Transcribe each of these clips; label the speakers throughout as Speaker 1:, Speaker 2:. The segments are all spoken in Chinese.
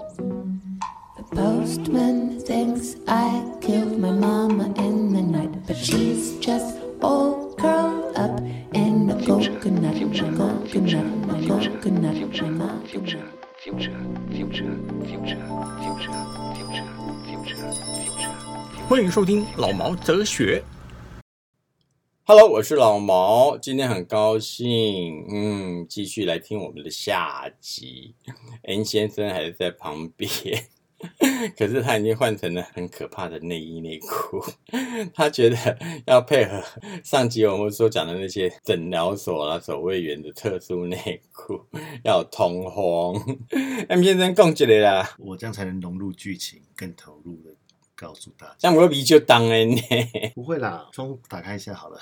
Speaker 1: The postman thinks I killed my mama in the night, but she's just all curled up in a coconut, my coconut, my coconut, my mama.
Speaker 2: future, future, future, future, future, future, future.
Speaker 3: 欢迎收听老毛哲学。
Speaker 4: Hello，我是老毛，今天很高兴，嗯，继续来听我们的下集。N 先生还是在旁边， 可是他已经换成了很可怕的内衣内裤。他觉得要配合上集我们所讲的那些诊疗所啦、守卫员的特殊内裤，要有通风。M 先生讲一个啦，
Speaker 5: 我这样才能融入剧情，更投入的告诉大家。
Speaker 4: 像我比就当然呢。
Speaker 5: 不会啦，窗户打开一下好了。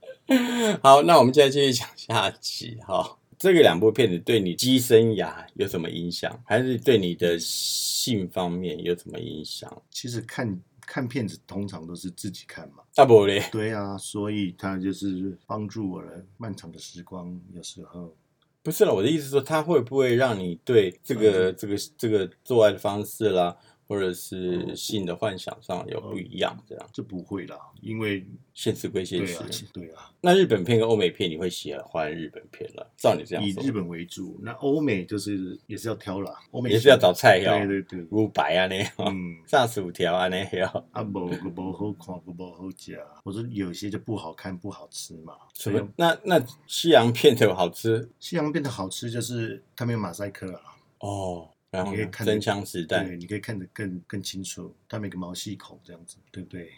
Speaker 4: 好，那我们现在继续讲下集哈。这个两部片子对你鸡生涯有什么影响，还是对你的性方面有什么影响？
Speaker 5: 其实看看片子通常都是自己看嘛，
Speaker 4: 大伯嘞，
Speaker 5: 对啊，所以它就是帮助我了漫长的时光。有时候
Speaker 4: 不是了，我的意思说，它会不会让你对这个、
Speaker 5: 嗯
Speaker 4: 这个、这个做爱的方式啦，或者
Speaker 5: 嗯
Speaker 4: 是性的幻想上有不一样？这样，
Speaker 5: 这不会啦，因为
Speaker 4: 现实归现
Speaker 5: 对
Speaker 4: 实。
Speaker 5: 啊，其对啊，
Speaker 4: 那日本片跟欧美片，你会喜欢日本片了？照你这样
Speaker 5: 以
Speaker 4: 说，
Speaker 5: 日本为主，那欧美就是也是要挑啦，欧美
Speaker 4: 也是要找菜哦肴
Speaker 5: 对对对，
Speaker 4: 五百啊，那样，
Speaker 5: 嗯，
Speaker 4: 炸薯条啊，那样，
Speaker 5: 啊，某个不好看，个不好吃，我说有些就不好看，不好吃嘛。
Speaker 4: 什
Speaker 5: 所以
Speaker 4: 么？那那西洋片的好吃
Speaker 5: 西洋变得好吃，就是它没有马赛克啊。
Speaker 4: 哦，然后
Speaker 5: 你可以
Speaker 4: 呢
Speaker 5: 看
Speaker 4: 真
Speaker 5: 得
Speaker 4: 枪实
Speaker 5: 对，
Speaker 4: 弹，
Speaker 5: 你可以看得更更清楚，它每个毛细孔这样子，对不对？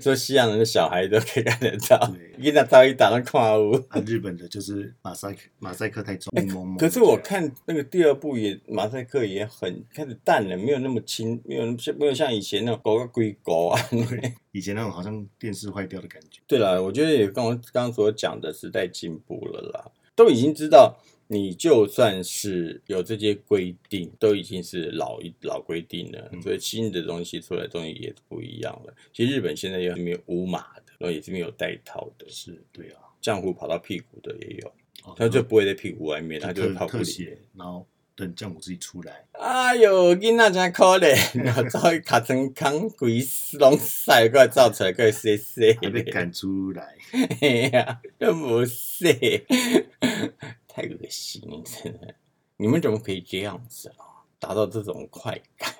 Speaker 4: 说西洋人的小孩都可以看得到
Speaker 5: 对，
Speaker 4: 一那刀一打到跨屋。
Speaker 5: 啊，日本的就是马赛克，马赛克太重，蒙蒙蒙的
Speaker 4: 哎可是我
Speaker 5: 这样
Speaker 4: 看那个第二部也马赛克也很开始淡了，没有那么清，没有像没有像以前那种狗个龟狗啊。
Speaker 5: 以前那种好像电视坏掉的感觉，
Speaker 4: 对了，我觉得也跟我刚刚所讲的时代进步了啦，都已经知道，你就算是有这些规定，都已经是老一老规定了，
Speaker 5: 嗯
Speaker 4: 所以新的东西出来的东西也不一样了。其实日本现在也没有无码的，然后也是没有带套的，
Speaker 5: 是对啊，
Speaker 4: 浆糊跑到屁股的也有，
Speaker 5: 哦
Speaker 4: 他就
Speaker 5: 特
Speaker 4: 不会在屁股外面，他
Speaker 5: 特
Speaker 4: 就会跑
Speaker 5: 特
Speaker 4: 不
Speaker 5: 特
Speaker 4: 里面
Speaker 5: 写，然后等丈母自己出来，
Speaker 4: 哎呦，囡仔真可怜，然后走去卡成空，鬼死拢晒过来走出来，过来洗洗。
Speaker 5: 还被赶出来，
Speaker 4: 嘿哎呀，这不是，太恶心了，真的！你们怎么可以这样子啊？达到这种快感？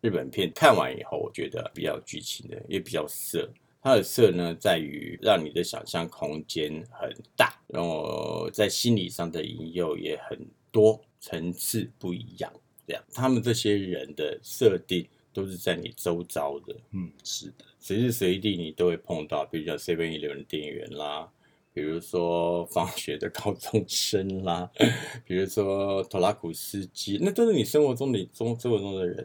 Speaker 4: 日本片看完以后，我觉得比较有剧情的，也比较色。它的色呢，在于让你的想象空间很大，然后在心理上的引诱也很多，层次不一样。这样，他们这些人的设定都是在你周遭的，
Speaker 5: 嗯，是的，
Speaker 4: 随时随地你都会碰到，比如讲 Seven Eleven 店员啦，比如说放学的高中生啦，比如说拖拉苦司机，那都是你生活中的中生活中的人。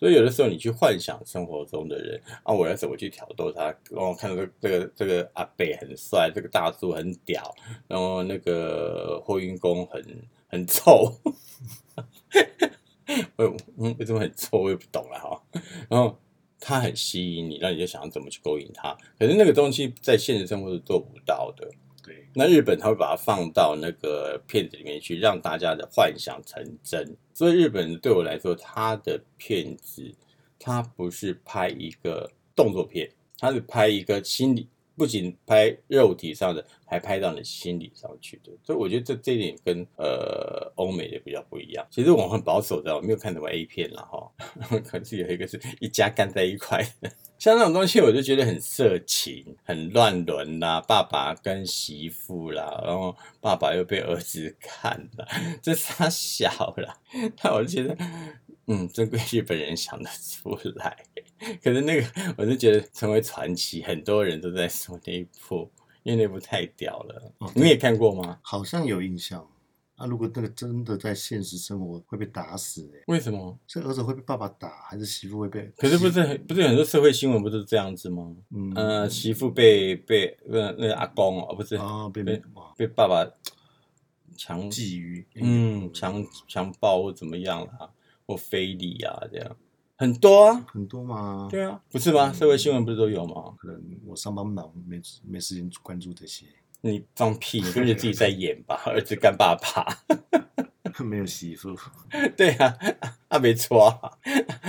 Speaker 4: 所以有的时候你去幻想生活中的人啊，我要怎么去挑逗他？哦，看到这个这个阿贝很帅，这个大叔很屌，然后那个货运工很很臭。 我嗯，为什么很臭？我也不懂了哈。然后它很吸引你，那你就想要怎么去勾引它。可是那个东西在现实生活是做不到的。
Speaker 5: 对，
Speaker 4: 那日本它会把它放到那个片子里面去，让大家的幻想成真。所以日本对我来说，它的片子它不是拍一个动作片，它是拍一个心理，不仅拍肉体上的，还拍到你心理上去的。所以我觉得这这一点跟呃欧美的比较不一样。其实我很保守的，我没有看什么 A 片啦哈，可是有一个是一家干在一块的。像那种东西，我就觉得很色情、很乱伦啦，爸爸跟媳妇啦，然后爸爸又被儿子看了，这他小啦。那我就觉得，嗯，真归日本人想得出来。可是那个，我是觉得成为传奇，很多人都在说那一部，因为那部太屌了。
Speaker 5: 哦对
Speaker 4: 你也看过吗？
Speaker 5: 好像有印象。啊，如果那个真的在现实生活会被打死、欸，
Speaker 4: 为什么？
Speaker 5: 这儿子会被爸爸打，还是媳妇会被？
Speaker 4: 可是不是很不是很多社会新闻不是这样子吗？
Speaker 5: 嗯
Speaker 4: 呃，媳妇被被呃那个阿公哦，不是、
Speaker 5: 啊，被
Speaker 4: 被
Speaker 5: 哇
Speaker 4: 被爸爸强嗯
Speaker 5: 觊觎，哎
Speaker 4: 嗯，强强暴或怎么样啦、或非礼啊这样。很多啊，
Speaker 5: 很多嘛。
Speaker 4: 对啊，不是吗？社会新闻不是都有吗？
Speaker 5: 可能我上班忙，没没时间关注这些，
Speaker 4: 你放 屁，你根本就自己在演吧，儿子干爸爸。
Speaker 5: 没有媳妇，
Speaker 4: 对啊，啊没错啊，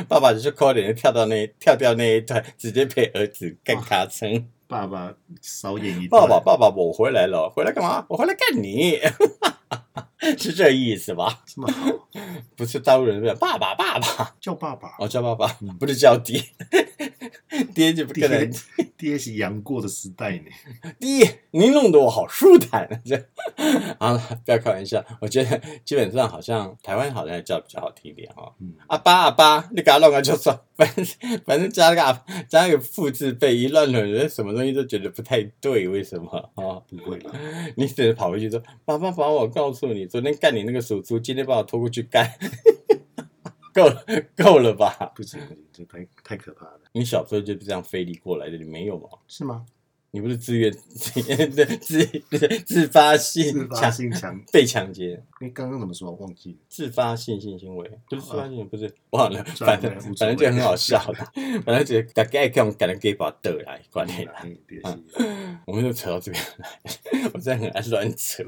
Speaker 4: 爸爸就是快点跳到那跳掉那一段，直接陪儿子干卡称。
Speaker 5: 爸爸少演一
Speaker 4: 爸
Speaker 5: 段。
Speaker 4: 爸，爸爸，我回来了，回来干嘛？我回来干你， 是这意思吧？
Speaker 5: 这么好，
Speaker 4: 不是大陆人的爸爸，爸 爸，
Speaker 5: 叫爸爸。
Speaker 4: 哦，叫爸爸，不是叫爹， 爹就不可
Speaker 5: 爹
Speaker 4: 能。
Speaker 5: 爹是杨过的时代呢，
Speaker 4: 爹，您弄得我好舒坦啊！这 啊，不要开玩笑，我觉得基本上好像台湾好像叫比较好听一点哦。
Speaker 5: 嗯
Speaker 4: 阿爸阿爸，你给他弄个就算， 反正反正加个阿加个复字辈一乱乱的，什么东西都觉得不太对，为什么哦？
Speaker 5: 不会啦，
Speaker 4: 你只能跑回去说：“爸爸，爸，我告诉你，昨天干你那个鼠猪，今天把我拖过去干， 够了，够了吧
Speaker 5: 不行不行，这太太可怕了，？”
Speaker 4: 你小时候就这样飞离过来的，你没有吗？
Speaker 5: 是吗？
Speaker 4: 你不是自愿 自自自发
Speaker 5: 自
Speaker 4: 性
Speaker 5: 发
Speaker 4: 强
Speaker 5: 性强，
Speaker 4: 被强奸，
Speaker 5: 你刚刚怎么说？忘记了。
Speaker 4: 自发性性行为，就是自
Speaker 5: 啊
Speaker 4: 发性，不是忘了，
Speaker 5: 算
Speaker 4: 反
Speaker 5: 了
Speaker 4: 正
Speaker 5: 无所谓
Speaker 4: 反正就很好笑啦，反正就大概看我感觉给把得来，管你啦，
Speaker 5: 哎别急，
Speaker 4: 我们就扯到这边来，我真的很爱乱扯，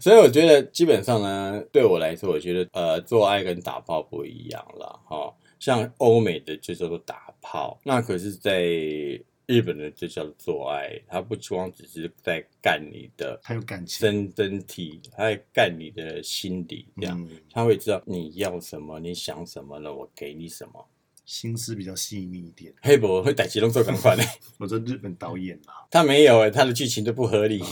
Speaker 4: 所以我觉得基本上呢，对我来说，我觉得呃，做爱跟打炮不一样啦，哈、像欧美的就叫做打炮，那可是在日本的就叫做做爱，它不光只是在干你的
Speaker 5: 他有感情，
Speaker 4: 身身体，它还干你的心理，这样、
Speaker 5: 嗯，
Speaker 4: 他会知道你要什么，你想什么了，我给你什么。
Speaker 5: 心思比较细腻一点。
Speaker 4: 黑博会逮起动作赶快的，
Speaker 5: 我说日本导演啊啦，
Speaker 4: 他没有哎、他的剧情都不合 理耶。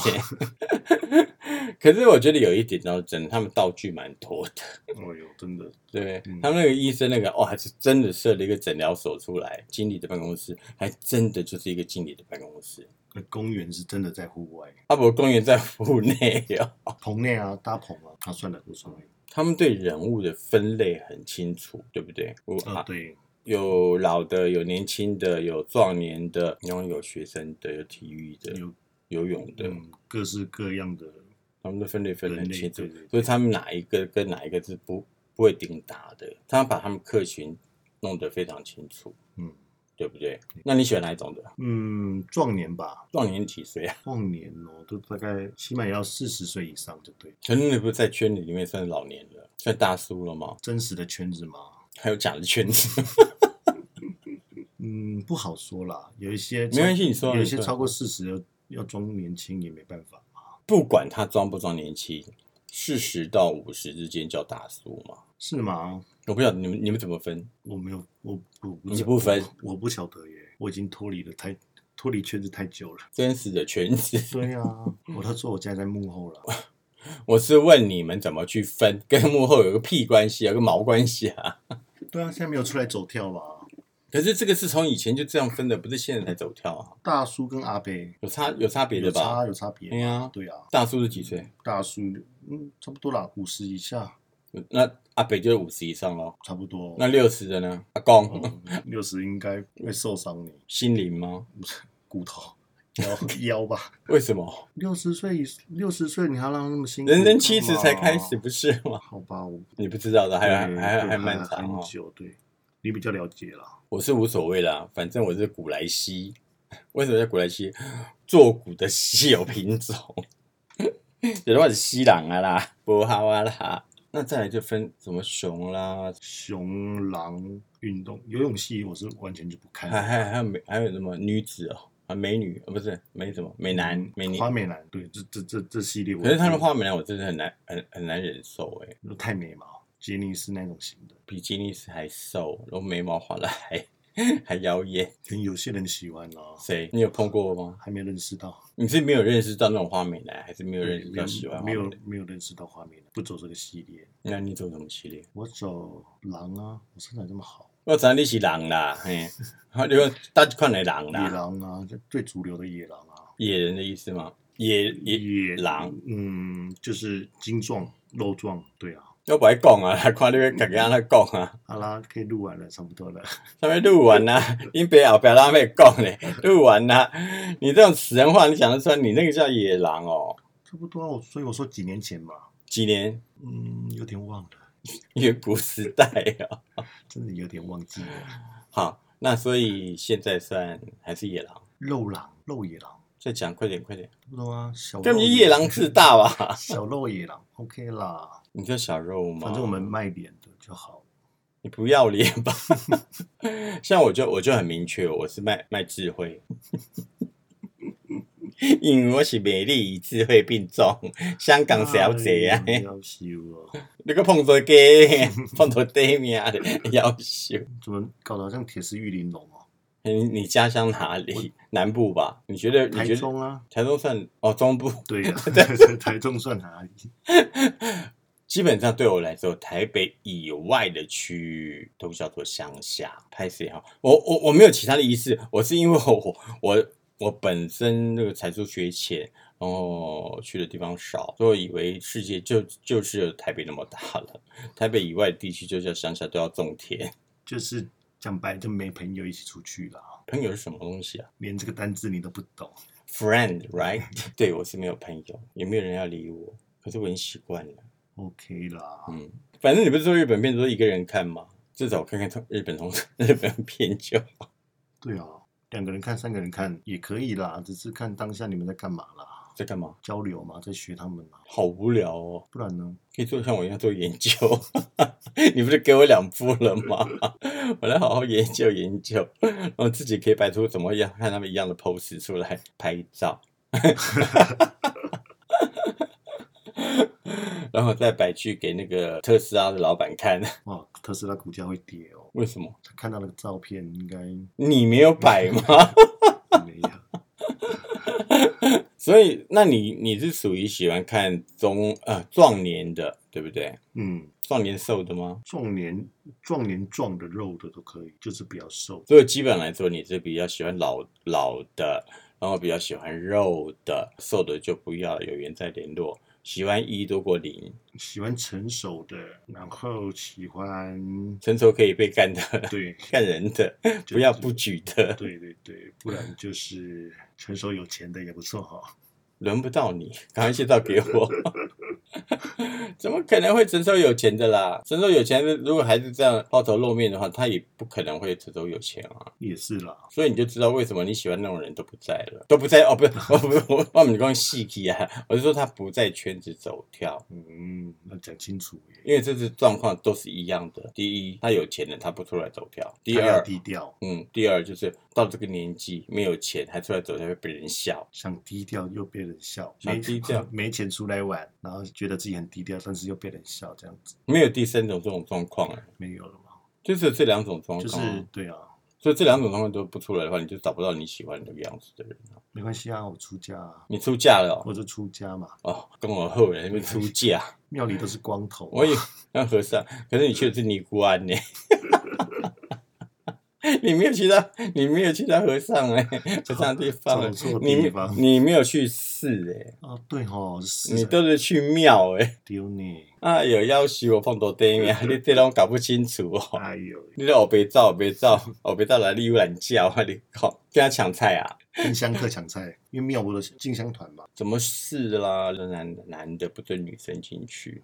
Speaker 4: 可是我觉得有一点要真的，他们道具蛮多的。
Speaker 5: 哦呦，真的，
Speaker 4: 对
Speaker 5: 嗯
Speaker 4: 他们那个医生那个哦，还是真的设了一个诊疗所出来，经理的办公室还真的就是一个经理的办公室。
Speaker 5: 那呃公园是真的在户外，
Speaker 4: 阿伯公园在户内哦，
Speaker 5: 棚内啊，搭棚啊，啊，算了，无所谓。
Speaker 4: 他们对人物的分类很清楚，对不对？我、
Speaker 5: 啊，对，
Speaker 4: 有老的，有年轻的，有壮年的，然后有学生的，有体育的，
Speaker 5: 有
Speaker 4: 游泳的，
Speaker 5: 嗯，各式各样的，
Speaker 4: 他们的分类分得很清楚
Speaker 5: 分类对对，对
Speaker 4: 所以他们哪一个跟哪一个是不不会顶打的，他把他们客群弄得非常清楚，
Speaker 5: 嗯
Speaker 4: 对不对？那你喜欢哪一种的？
Speaker 5: 嗯，壮年吧，
Speaker 4: 壮年几岁啊？
Speaker 5: 壮年哦，都大概起码也要四十岁以上，就对，
Speaker 4: 可能你不是在圈里里面算是老年了，算大叔了吗？
Speaker 5: 真实的圈子嘛，
Speaker 4: 还有假的圈子，
Speaker 5: 嗯，不好说啦，有一些
Speaker 4: 没关系你说啊
Speaker 5: 有一
Speaker 4: 你
Speaker 5: 些
Speaker 4: 说
Speaker 5: 超过四十要要装年轻也没办法嘛，
Speaker 4: 不管他装不装年轻，四十到五十之间叫大叔嘛。
Speaker 5: 是吗？
Speaker 4: 我不晓得你们你们怎么分，
Speaker 5: 我没有，我我不
Speaker 4: 你不分
Speaker 5: 我，我不晓得耶，我已经脱离了太脱离圈子太久 了。
Speaker 4: 真实的圈子。
Speaker 5: 对啊，我都说我现在在幕后了，
Speaker 4: 我是问你们怎么去分，跟幕后有个屁关系啊，有个毛关系啊？
Speaker 5: 对啊，现在没有出来走跳啦。
Speaker 4: 可是这个是从以前就这样分的，不是现在才走跳啊？
Speaker 5: 大叔跟阿北
Speaker 4: 有差有差别
Speaker 5: 有
Speaker 4: 的吧？
Speaker 5: 差有差别
Speaker 4: 对
Speaker 5: 嘛，
Speaker 4: 啊，
Speaker 5: 对啊，
Speaker 4: 大叔是几岁？
Speaker 5: 大叔嗯差不多啦，五十以下
Speaker 4: 那阿北就是五十以上咯。
Speaker 5: 差不多。哦
Speaker 4: 那六十的呢？阿公、
Speaker 5: 六十应该会受伤呢，
Speaker 4: 心灵吗？
Speaker 5: 骨头腰腰吧。
Speaker 4: 为什么？
Speaker 5: 六十岁以六十岁你还让他那么辛苦干
Speaker 4: 人
Speaker 5: 嘛，
Speaker 4: 生七十才开始，不是吗？
Speaker 5: 好吧，我
Speaker 4: 你不知道的，还有
Speaker 5: 对
Speaker 4: 还
Speaker 5: 对
Speaker 4: 有还漫
Speaker 5: 还
Speaker 4: 长
Speaker 5: 很
Speaker 4: 哦。
Speaker 5: 久，对你比较了解啦。
Speaker 4: 我是无所谓啦，反正我是古来稀。为什么叫古来稀？做古的稀有品种， 有的话是西郎啊啦，博哈啊啦。那再来就分什么熊啦，
Speaker 5: 熊狼运动游泳系我是完全就不看的，
Speaker 4: 还还还有美，还有什么女子哦，啊美女啊不是美什么美男
Speaker 5: 嗯
Speaker 4: 美女。
Speaker 5: 花美男，对，这这这这系列我，
Speaker 4: 可是他们画美男我真的很难很很难忍受哎、
Speaker 5: 都太美嘛，杰尼斯那种型的，
Speaker 4: 比基尼是还瘦，然后眉毛画的还 还妖艳。
Speaker 5: 可能有些人喜欢啦、
Speaker 4: 谁？你有碰过吗？
Speaker 5: 还没认识到，
Speaker 4: 你是没有认识到那种花美男，还是没有认识
Speaker 5: 没
Speaker 4: 到
Speaker 5: 有
Speaker 4: 喜欢花
Speaker 5: 没
Speaker 4: 美
Speaker 5: 有
Speaker 4: 男？
Speaker 5: 没有认识到花美男，不走这个系列，
Speaker 4: 那你走什么 系列？
Speaker 5: 我走狼啊，我身材这么好，
Speaker 4: 我知道你是人啦，嘿，然后你大家看的人
Speaker 5: 野
Speaker 4: 啦，
Speaker 5: 狼啊，这最主流的野狼啊，
Speaker 4: 野人的意思吗？野野狼，，
Speaker 5: 嗯，就是精壮肉壮，对啊，
Speaker 4: 我不爱讲啊， 看你要自己安怎讲啊。
Speaker 5: 好啦，可以录完了，差不多了，
Speaker 4: 上面录完啊啦、 因别后边那边讲嘞，录完啦、你这种死人话，你讲得出来？你那个叫野狼哦，
Speaker 5: 差不多啊，我所以我说几年前嘛，
Speaker 4: 几年？
Speaker 5: 嗯，有点忘了。
Speaker 4: 远古时代啊。
Speaker 5: 真的有点忘记了。
Speaker 4: 好，那所以现在算还是野狼。
Speaker 5: 肉狼，肉野狼，
Speaker 4: 再讲快点，快点！
Speaker 5: 不知道啊，小
Speaker 4: 根
Speaker 5: 肉
Speaker 4: 本就野狼自大吧？
Speaker 5: 小肉野狼，OK 啦，
Speaker 4: 你叫小肉吗？
Speaker 5: 反正我们卖脸的就好。
Speaker 4: 你不要脸吧？ 像我就我就很明确，我是卖卖智慧， 因为我是美丽与智慧并重，香港小姐啊，
Speaker 5: 哎要死我！
Speaker 4: 你个碰 到鸡，碰到对面的要羞。
Speaker 5: 怎么搞得好像铁丝玉玲珑哦？
Speaker 4: 你你家乡哪里？南部吧？你觉呃得？你
Speaker 5: 台
Speaker 4: 觉得
Speaker 5: 中啊，
Speaker 4: 台中算哦中部？
Speaker 5: 对 呀、台中算哪里？
Speaker 4: 基本上对我来说，台北以外的区域都叫做乡下。拍谁哈？我我我没有其他的意思，我是因为我我 我本身那个才疏学浅，然后去的地方少，所以我以为世界就就只有台北那么大了。台北以外的地区就叫乡下，都要种田。
Speaker 5: 就是讲白，就没朋友一起出去啦，
Speaker 4: 朋友是什么东西啊
Speaker 5: 连这个单字你都不懂。
Speaker 4: ？Friend right？对我是没有朋友，也没有人要理我，可是我已经习惯了。
Speaker 5: OK 啦，
Speaker 4: 嗯，反正你不是说日本片都一个人看吗？至少我看看通日本通日本片就 好。
Speaker 5: 对啊，两个人看、三个人看也可以啦，只是看当下你们在干嘛啦，
Speaker 4: 在干嘛？
Speaker 5: 交流嘛，在学他们嘛，
Speaker 4: 好无聊哦，
Speaker 5: 不然呢？
Speaker 4: 可以做像我一样做研究。 你不是给我两部了吗？ 我来好好研究研究，然后自己可以摆出怎么样看他们一样的 pose 出来拍照， 然后再摆去给那个特斯拉的老板看。
Speaker 5: 哇，特斯拉股价会跌哦。
Speaker 4: 为什么
Speaker 5: 他看到那个照片，应该
Speaker 4: 你没有摆吗？
Speaker 5: 没有。
Speaker 4: 所以，那你你是属于喜欢看中呃壮年的，对不对？
Speaker 5: 嗯，
Speaker 4: 壮年瘦的吗？
Speaker 5: 壮年、壮年壮的、肉的都可以，就是比较瘦。
Speaker 4: 所以基本来说，你是比较喜欢老老的，然后比较喜欢肉的，瘦的就不要了，有缘再联络。喜欢一多过零，
Speaker 5: 喜欢成熟的，然后喜欢
Speaker 4: 成熟可以被干的，
Speaker 5: 对
Speaker 4: 干人的，
Speaker 5: 就
Speaker 4: 不要不举的，
Speaker 5: 对对对，不然就是成熟有钱的也不错哈。
Speaker 4: 轮不到 你，赶快介绍给我。怎么可能会成熟有钱的啦？成熟有钱的，如果还是这样抛头露面的话，他也不可能会成熟有钱啊。
Speaker 5: 也是啦，
Speaker 4: 所以你就知道为什么你喜欢那种人都不在了，都不在哦，不 是，我不是我，我们刚细气啊，我是说他不在圈子走跳，
Speaker 5: 嗯，要讲清楚耶。
Speaker 4: 因为这次状况都是一样的。第一，他有钱了，他不出来走跳；第
Speaker 5: 他要
Speaker 4: 二，
Speaker 5: 低调，
Speaker 4: 嗯，第二就是到这个年纪没有钱还出来走跳会被人笑，
Speaker 5: 想低调又被人笑，
Speaker 4: 想
Speaker 5: 没
Speaker 4: 低调
Speaker 5: 没钱出来玩，然后觉得自己很低调，但是又被人笑，这样子
Speaker 4: 没有第三种这种状况了，
Speaker 5: 没有了嘛？
Speaker 4: 就是这两种状况，
Speaker 5: 就是对啊，
Speaker 4: 所以这两种状况都不出来的话，你就找不到你喜欢那个样子的人了。
Speaker 5: 没关系啊，我出家啊，
Speaker 4: 你出嫁了
Speaker 5: 我
Speaker 4: 哦，
Speaker 5: 就出家嘛，
Speaker 4: 哦跟我后人那边出嫁。
Speaker 5: 庙里都是光头，啊
Speaker 4: 我以为那和尚，可是你去的是尼姑庵呢， 你没有去到，你没有去到和尚哎、和尚的地方哎、
Speaker 5: 找错
Speaker 4: 你
Speaker 5: 地方
Speaker 4: 你没有去寺哎、
Speaker 5: 啊，对吼，是
Speaker 4: 你都是去庙哎、
Speaker 5: 丢你，
Speaker 4: 啊有要许我碰到对面，啊 你这拢搞不清楚哦。
Speaker 5: 哎呦，
Speaker 4: 你都别走，别走，别走来，你有懒觉，我跟你靠，跟他抢菜啊？
Speaker 5: 进香客抢菜，因为庙不都是进香团嘛，
Speaker 4: 怎么是啦？男男的不准女生进去，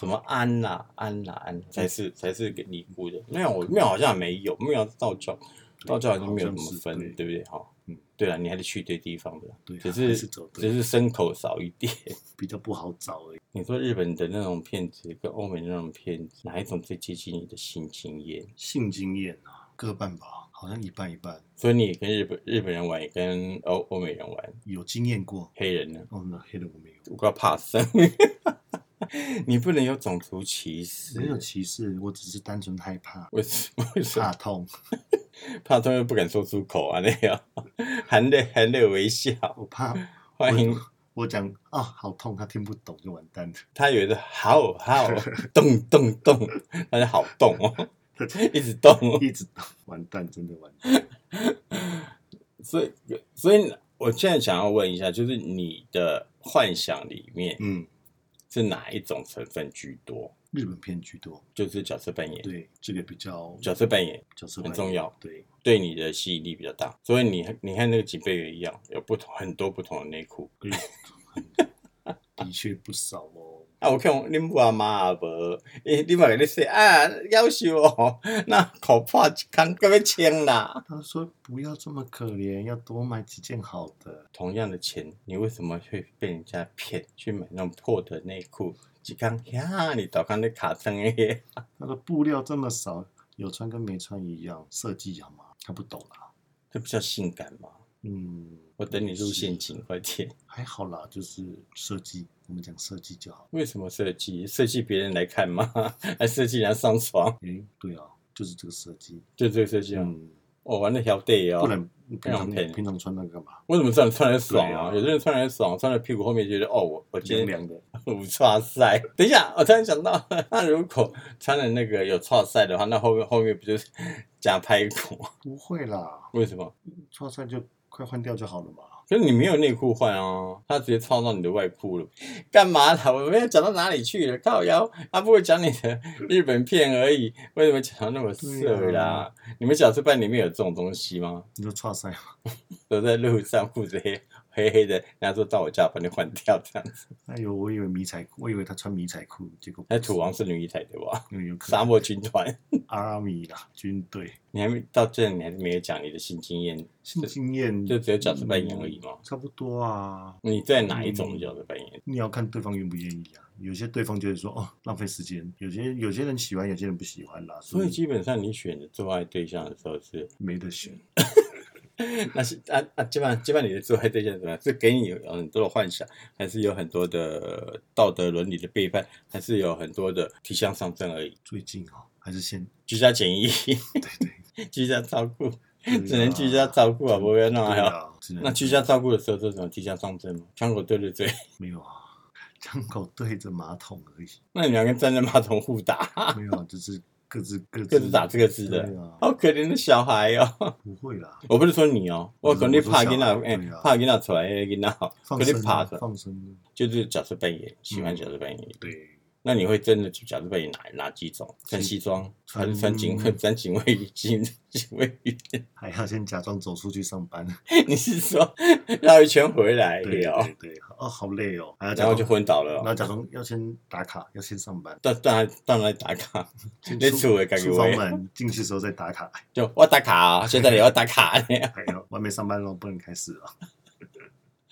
Speaker 4: 什么安呐、安呐、安
Speaker 5: 嗯
Speaker 4: 才是才是给尼姑的庙，庙好像没有庙是道教，道教好像没有
Speaker 5: 好
Speaker 4: 怎么
Speaker 5: 像是
Speaker 4: 分，
Speaker 5: 对
Speaker 4: 对不对？哈，
Speaker 5: 嗯，
Speaker 4: 对了，你还得去对地方的啦，
Speaker 5: 对啊
Speaker 4: 只
Speaker 5: 还
Speaker 4: 是
Speaker 5: 是走对
Speaker 4: 只是牲口少一点。
Speaker 5: 比较不好找而已。
Speaker 4: 你说日本的那种片子跟欧美那种片子，哪一种最接近你的性经验？
Speaker 5: 性经验啊，各半吧，好像一半一半，
Speaker 4: 所以你也跟日本日本人玩，也跟欧欧美人玩，
Speaker 5: 有经验过。
Speaker 4: 黑人呢？
Speaker 5: 哦，那黑的我没有，
Speaker 4: 我快怕生， 你不能有种族歧视，
Speaker 5: 没有歧视，我只是单纯害怕，
Speaker 4: 为什么？为什
Speaker 5: 怕
Speaker 4: 么？
Speaker 5: 痛，
Speaker 4: 怕他们不敢说出口啊？那样含泪含泪微笑，
Speaker 5: 我怕
Speaker 4: 欢迎
Speaker 5: 我讲啊、好痛，他听不懂就完蛋了。
Speaker 4: 他以为是好好动动动，他是好动哦，
Speaker 5: 他就
Speaker 4: 一直动哦。
Speaker 5: 一直完蛋，真的完蛋。
Speaker 4: 所以，所以我现在想要问一下，就是你的幻想里面
Speaker 5: 嗯，
Speaker 4: 是哪一种成分居多？
Speaker 5: 日本片居多，
Speaker 4: 就是角色扮演，
Speaker 5: 对这个比较
Speaker 4: 角色扮演
Speaker 5: 角色
Speaker 4: 很
Speaker 5: 扮
Speaker 4: 重
Speaker 5: 演
Speaker 4: 要
Speaker 5: 对，
Speaker 4: 对你的吸引力比较大，所以你你看那个几倍也一样，有不同很多不同的内裤。
Speaker 5: 的确不少哦。
Speaker 4: 啊，有看恁母阿妈也无，伊你嘛甲你说啊，夭寿哦，那口破一空，够要穿啦。
Speaker 5: 他说不要这么可怜，要多买几件好的。
Speaker 4: 同样的钱，你为什么会被人家骗去买那种破的内裤？一空遐你倒看咧卡通诶，
Speaker 5: 他说布料这么少，有穿跟没穿一样，设计好吗？他不懂啦。
Speaker 4: 这不叫性感吗？
Speaker 5: 嗯，
Speaker 4: 我等你入陷阱，快点！
Speaker 5: 还好啦，就是设计，我们讲设计就好。
Speaker 4: 为什么设计？设计别人来看吗？ 还设计人家上床？
Speaker 5: 诶、对啊，就是这个设计。
Speaker 4: 就这个设计啊！
Speaker 5: 嗯，
Speaker 4: 我玩的条队哦
Speaker 5: 不，然你平常
Speaker 4: 那种
Speaker 5: 平常穿那个干嘛？
Speaker 4: 我怎么知道你穿来爽
Speaker 5: 对
Speaker 4: 啊？
Speaker 5: 啊
Speaker 4: 有的人穿来爽，穿了屁股后面觉得哦，我 我今天
Speaker 5: 凉的。
Speaker 4: 有叉赛。等一下， 我突然想到，那如果穿了那个有叉赛的话，那后面后面不就是加拍骨？
Speaker 5: 不会啦，
Speaker 4: 为什么？
Speaker 5: 穿上就快换掉就好了嘛。
Speaker 4: 可是你没有内裤换哦，他直接套到你的外裤了，干嘛啦？我们要讲到哪里去了？靠腰，他不会讲你的日本片而已，为什么讲到那么色
Speaker 5: 对
Speaker 4: 啦
Speaker 5: 啊？
Speaker 4: 你们小吃班里面有这种东西吗？
Speaker 5: 你就穿塞嘛。
Speaker 4: 走在路上，裤子黑黑黑的，人家说到我家把你换掉这样子，
Speaker 5: 哎呦，我以为迷彩裤，我以为他穿迷彩裤，结果不
Speaker 4: 那
Speaker 5: 是
Speaker 4: 土王是女一台对吧？
Speaker 5: 有有可
Speaker 4: 沙
Speaker 5: 能
Speaker 4: 漠军团，
Speaker 5: 阿米啦，军队
Speaker 4: 你还没到这，你还没有讲你的新经验，
Speaker 5: 性经验
Speaker 4: 就只有角色扮演而已嘛
Speaker 5: 嗯差不多啊。
Speaker 4: 你在哪一种角色扮演？
Speaker 5: 你要看对方愿不愿意啊。有些对方就会说哦，浪费时间。有些有些人喜欢，有些人不喜欢啦，
Speaker 4: 所
Speaker 5: 所
Speaker 4: 以
Speaker 5: 以
Speaker 4: 基本上你选的做爱对象的时候是，
Speaker 5: 没得选。
Speaker 4: 那是啊啊，基本上基本上你的做爱对象是怎么样？是给你有很多的幻想，还是有很多的道德伦理的背叛，还是有很多的提向上阵而已？
Speaker 5: 最近哦，还是先
Speaker 4: 居家检疫，
Speaker 5: 对对，
Speaker 4: 居家照顾，
Speaker 5: 对啊
Speaker 4: 只能居家照顾啊，不要弄
Speaker 5: 对
Speaker 4: 啊。
Speaker 5: 啊，只能
Speaker 4: 那居家照顾的时候，这种居家上阵吗？枪口对着嘴，
Speaker 5: 没有啊，枪口对着马桶而已，
Speaker 4: 那你们跟站在马桶互打，
Speaker 5: 没有啊，就是各自各自
Speaker 4: 各自打这个字的
Speaker 5: 对啊，
Speaker 4: 好可怜的小孩哦。
Speaker 5: 不会啦，
Speaker 4: 我不是说你哦，我
Speaker 5: 我
Speaker 4: 肯定
Speaker 5: 说
Speaker 4: 怕
Speaker 5: 小
Speaker 4: 囡仔，
Speaker 5: 孩
Speaker 4: 哎
Speaker 5: 对啊，
Speaker 4: 怕囡仔出来，囡仔好，
Speaker 5: 放
Speaker 4: 肯定
Speaker 5: 生
Speaker 4: 怕
Speaker 5: 啊
Speaker 4: 的，
Speaker 5: 放嗯生啊，
Speaker 4: 就是角色扮演，喜欢角色扮演。
Speaker 5: 对，
Speaker 4: 那你会真的去角色扮演哪哪几种？穿西装，
Speaker 5: 穿
Speaker 4: 穿穿警卫，穿警卫衣，警警卫衣。
Speaker 5: 还要先假装走出去上班，
Speaker 4: 你是说绕一圈回来
Speaker 5: 对
Speaker 4: 哦，
Speaker 5: 对对，哦，好累哦，还要假
Speaker 4: 然后
Speaker 5: 装
Speaker 4: 就，昏倒了
Speaker 5: 然后
Speaker 4: 哦？
Speaker 5: 假装要先打卡， 要先上班，
Speaker 4: 到到到哪里打卡？
Speaker 5: 先
Speaker 4: 你
Speaker 5: 出
Speaker 4: 厝的家己
Speaker 5: 出
Speaker 4: 位
Speaker 5: 房门进去的时候再打卡，
Speaker 4: 就我打卡啊，现在也要打卡呢。
Speaker 5: 哎呦，外面上班喽，不能开始啊了，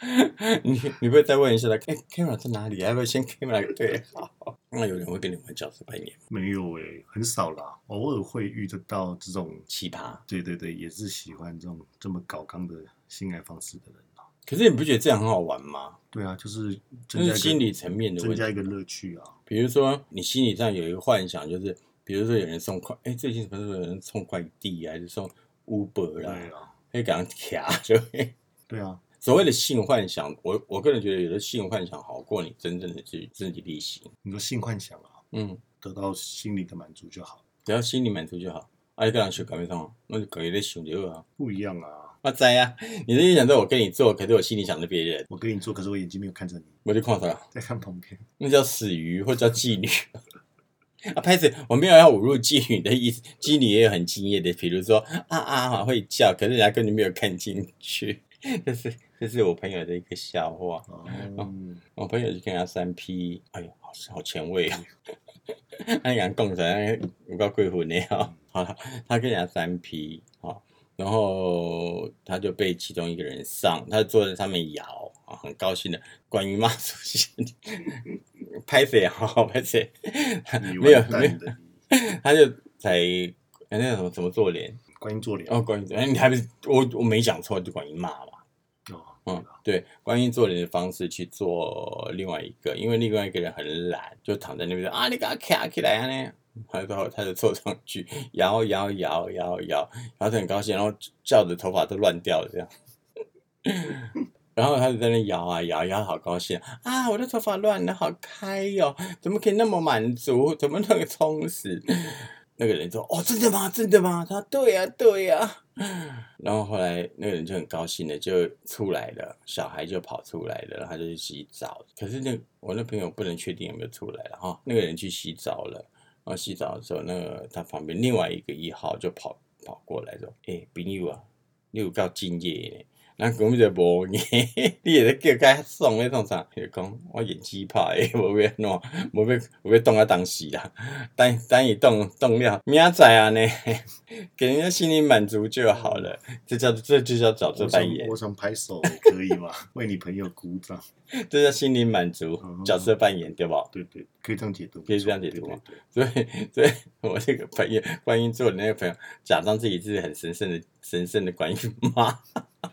Speaker 4: 你你不会再问一下他，哎，camera 在哪里？要不要先 camera 对好？那有人会跟你玩角色扮演吗，
Speaker 5: 没有哎，很少啦，偶尔会遇得到这种，
Speaker 4: 奇葩。
Speaker 5: 对对对，也是喜欢这种这么搞刚的性爱方式的人啊
Speaker 4: 可是你不觉得这样很好玩吗？
Speaker 5: 对啊，就是
Speaker 4: 这是
Speaker 5: 增加一个
Speaker 4: 心理层面的
Speaker 5: 增
Speaker 4: 问
Speaker 5: 加一
Speaker 4: 题。
Speaker 5: 个乐趣啊。
Speaker 4: 比如说，你心理上有一个幻想，就是比如说有人送快，哎，最近什么时候有人送快递啊，还是送 Uber 啦、
Speaker 5: 对
Speaker 4: 啊，
Speaker 5: 啊，
Speaker 4: 会感觉卡 就会。
Speaker 5: 对啊，
Speaker 4: 所谓的性幻想，我我个人觉得有的性幻想好过你真正的去自己力行。
Speaker 5: 你说性幻想啊，
Speaker 4: 嗯，
Speaker 5: 得到心理的满足就好，
Speaker 4: 只要心里满足就好。啊，你个人想干咩创？那就搞一类想就好啊。
Speaker 5: 不一样啊。
Speaker 4: 我知呀、啊，你的想着我跟你做，可是我心里想着别人，
Speaker 5: 我跟你做，可是我眼睛没有看着你，
Speaker 4: 我就看啥？
Speaker 5: 在看旁边。
Speaker 4: 那叫死鱼或叫妓女。 啊，拍子，我没有要侮辱妓女的意思，妓女也有很敬业的，比如说啊啊啊会叫，可是人家根本没有看进去， 这是这是我朋友的一个笑话。
Speaker 5: 哦，
Speaker 4: 我朋友就跟他三 P，哎呦，好好前卫啊！ 他讲共产有个贵妇呢哦，好了，他跟人家三 P 哦，然后他就被其中一个人上，他坐在上面摇啊，很高兴的。关于骂出现，拍谁好好 拍谁，
Speaker 5: 你
Speaker 4: 没有
Speaker 5: 完
Speaker 4: 没有
Speaker 5: 蛋，的，
Speaker 4: 他就才哎那个什么怎么做脸
Speaker 5: 观音做脸
Speaker 4: 哦，关于哎你还不是我我没讲错，就关于骂嘛。
Speaker 5: 哦，
Speaker 4: 嗯，对，观音做人的方式去做另外一个，因为另外一个人很懒，就躺在那边说啊，你给我卡起来啊呢。他就他就凑上去摇摇摇摇摇，然后他很高兴，然后叫的头发都乱掉了这样。 然后他就在那摇啊摇，摇好高兴啊！我的头发乱的好开哟、怎么可以那么满足？怎么那么充实？ 那个人说：“哦，真的吗？真的吗？”他说：“对呀、对呀、然后后来那个人就很高兴的就出来了，小孩就跑出来了，然后他就去洗澡。可是那我那朋友不能确定有没有出来了哈、那个人去洗澡了，然后啊洗澡的时候，那个他旁边另外一个一号就跑跑过来说：“哎、朋友啊，你有够敬业耶！咱根本就无硬，你 会叫甲爽咧创啥？伊就讲我演技派的， 无要喏，无要无要当啊当时啦，等等伊当当了，明仔载啊呢， 给人家心里满足就好了，这叫这就叫找这
Speaker 5: 我
Speaker 4: 扮
Speaker 5: 想
Speaker 4: 演
Speaker 5: 我，想拍手可以吗？ 为你朋友鼓掌，
Speaker 4: 这叫心灵满足
Speaker 5: 哦，
Speaker 4: 角色扮演对吧？
Speaker 5: 对对，可以这样解读，
Speaker 4: 可以这样解
Speaker 5: 对
Speaker 4: 读吗
Speaker 5: 对对
Speaker 4: 所以，所以我那个朋友观音座的那个朋友，假装自己是很神圣的神圣的观音妈，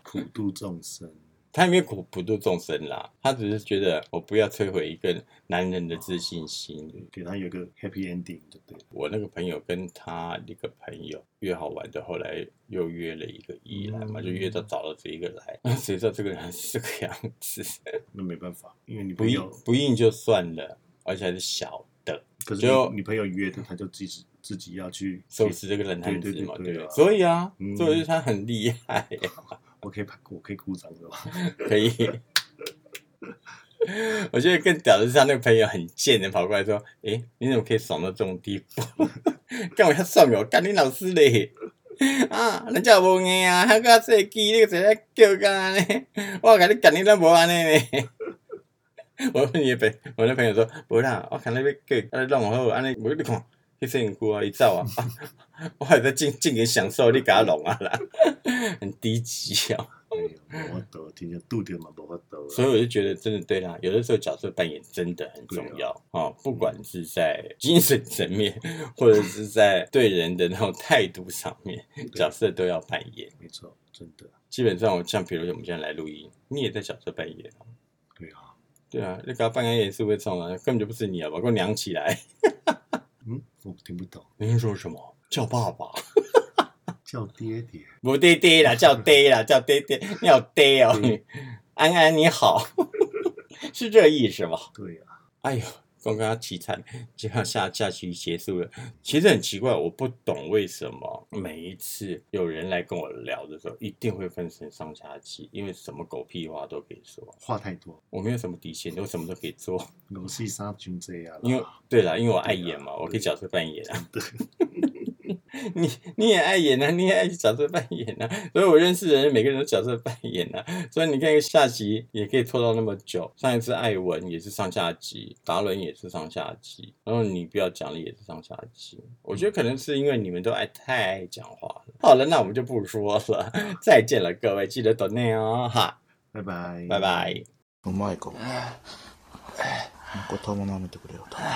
Speaker 5: 普度众生，
Speaker 4: 他也没有普普度众生啦，他只是觉得我不要摧毁一个男人的自信心。
Speaker 5: 给他有一个 happy ending 就对了。
Speaker 4: 我那个朋友跟他一个朋友约好玩的，后来又约了一个一来嘛，
Speaker 5: 嗯
Speaker 4: 就约到找到这一个来， 谁知道这个人是这个样子，
Speaker 5: 那没办法，因为你
Speaker 4: 不
Speaker 5: 朋
Speaker 4: 应
Speaker 5: 友，
Speaker 4: 不应就算了，而且还是小的。
Speaker 5: 可是
Speaker 4: 就
Speaker 5: 你你朋友约的，他就自己自己要去
Speaker 4: 收拾这个烂摊子
Speaker 5: 对对对
Speaker 4: 嘛，
Speaker 5: 对
Speaker 4: 对不
Speaker 5: 啊
Speaker 4: 对？所以啊
Speaker 5: 嗯，
Speaker 4: 所以就是他很厉害、
Speaker 5: 我可以拍，我可以鼓掌对哎吧？
Speaker 4: 可以。我觉得更屌的是他那个朋友很贱的跑过来说：“诶、你怎么可以爽到这种地步？ 干我要爽哦，干你老师嘞！ 啊，人家无硬啊，还个设计你个谁来叫干安尼？ 我甲你干你都无安尼呢。” 我问你的朋，我那朋友说：“无啦，我看你要叫，啊你弄好安尼，无你看，去洗身躯啊，伊走啊， 啊我还在尽尽情享受，你甲我弄啊啦， 很低级哦。”
Speaker 5: 哎呦，我抖，今天度掉嘛，我抖。
Speaker 4: 所以我就觉得，真的对啦，有的时候角色扮演真的很重要哦，不管是在精神层面，或者是在对人的那种态度上面，角色都要扮演。
Speaker 5: 没错，真的，
Speaker 4: 基本上，我像比如说我们现在来录音，你也在角色扮演啊，
Speaker 5: 对啊，
Speaker 4: 对啊，那个扮演也是会冲啊，根本就不是你啊，把给我娘起来！
Speaker 5: 嗯，我听不懂，
Speaker 4: 您说什么？叫爸爸？
Speaker 5: 叫爹爹，
Speaker 4: 不对对啦，叫爹啦，叫爹爹，你好爹哦，你安安你好， 是这意思吧？
Speaker 5: 对啊，
Speaker 4: 哎呦，刚刚凄惨，就要下假期结束了。其实很奇怪，我不懂为什么每一次有人来跟我聊的时候，一定会分成上下期，因为什么狗屁话都可以说，
Speaker 5: 话太多，
Speaker 4: 我没有什么底线，我什么都可以做。
Speaker 5: 我是杀菌这样
Speaker 4: 因为
Speaker 5: 啦，
Speaker 4: 对啦，因为我爱演
Speaker 5: 啊对
Speaker 4: 嘛，
Speaker 5: 啊
Speaker 4: 我可以角色扮演啊。 你你也爱演啊，你也爱角色扮演啊，所以我认识的人每个人都角色扮演啊，所以你看下集也可以拖到那么久。上一次艾文也是上下集，达伦也是上下集，然后你不要讲了也是上下集。我觉得可能是因为你们都爱太爱讲话了。好了，那我们就不说了， 再见了各位，记得 d o n 哦哈，
Speaker 5: 拜拜，
Speaker 4: 拜。拜。
Speaker 6: うまいかも頭舐めてくれよ頼む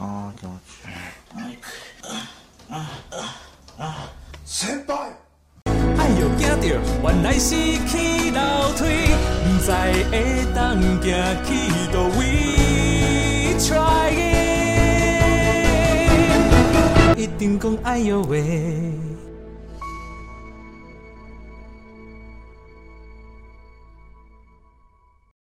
Speaker 6: あー気持ちいい
Speaker 7: 哎呦，惊着，原来是去楼梯，不知会当行去倒位。Try again，一定讲哎呦喂。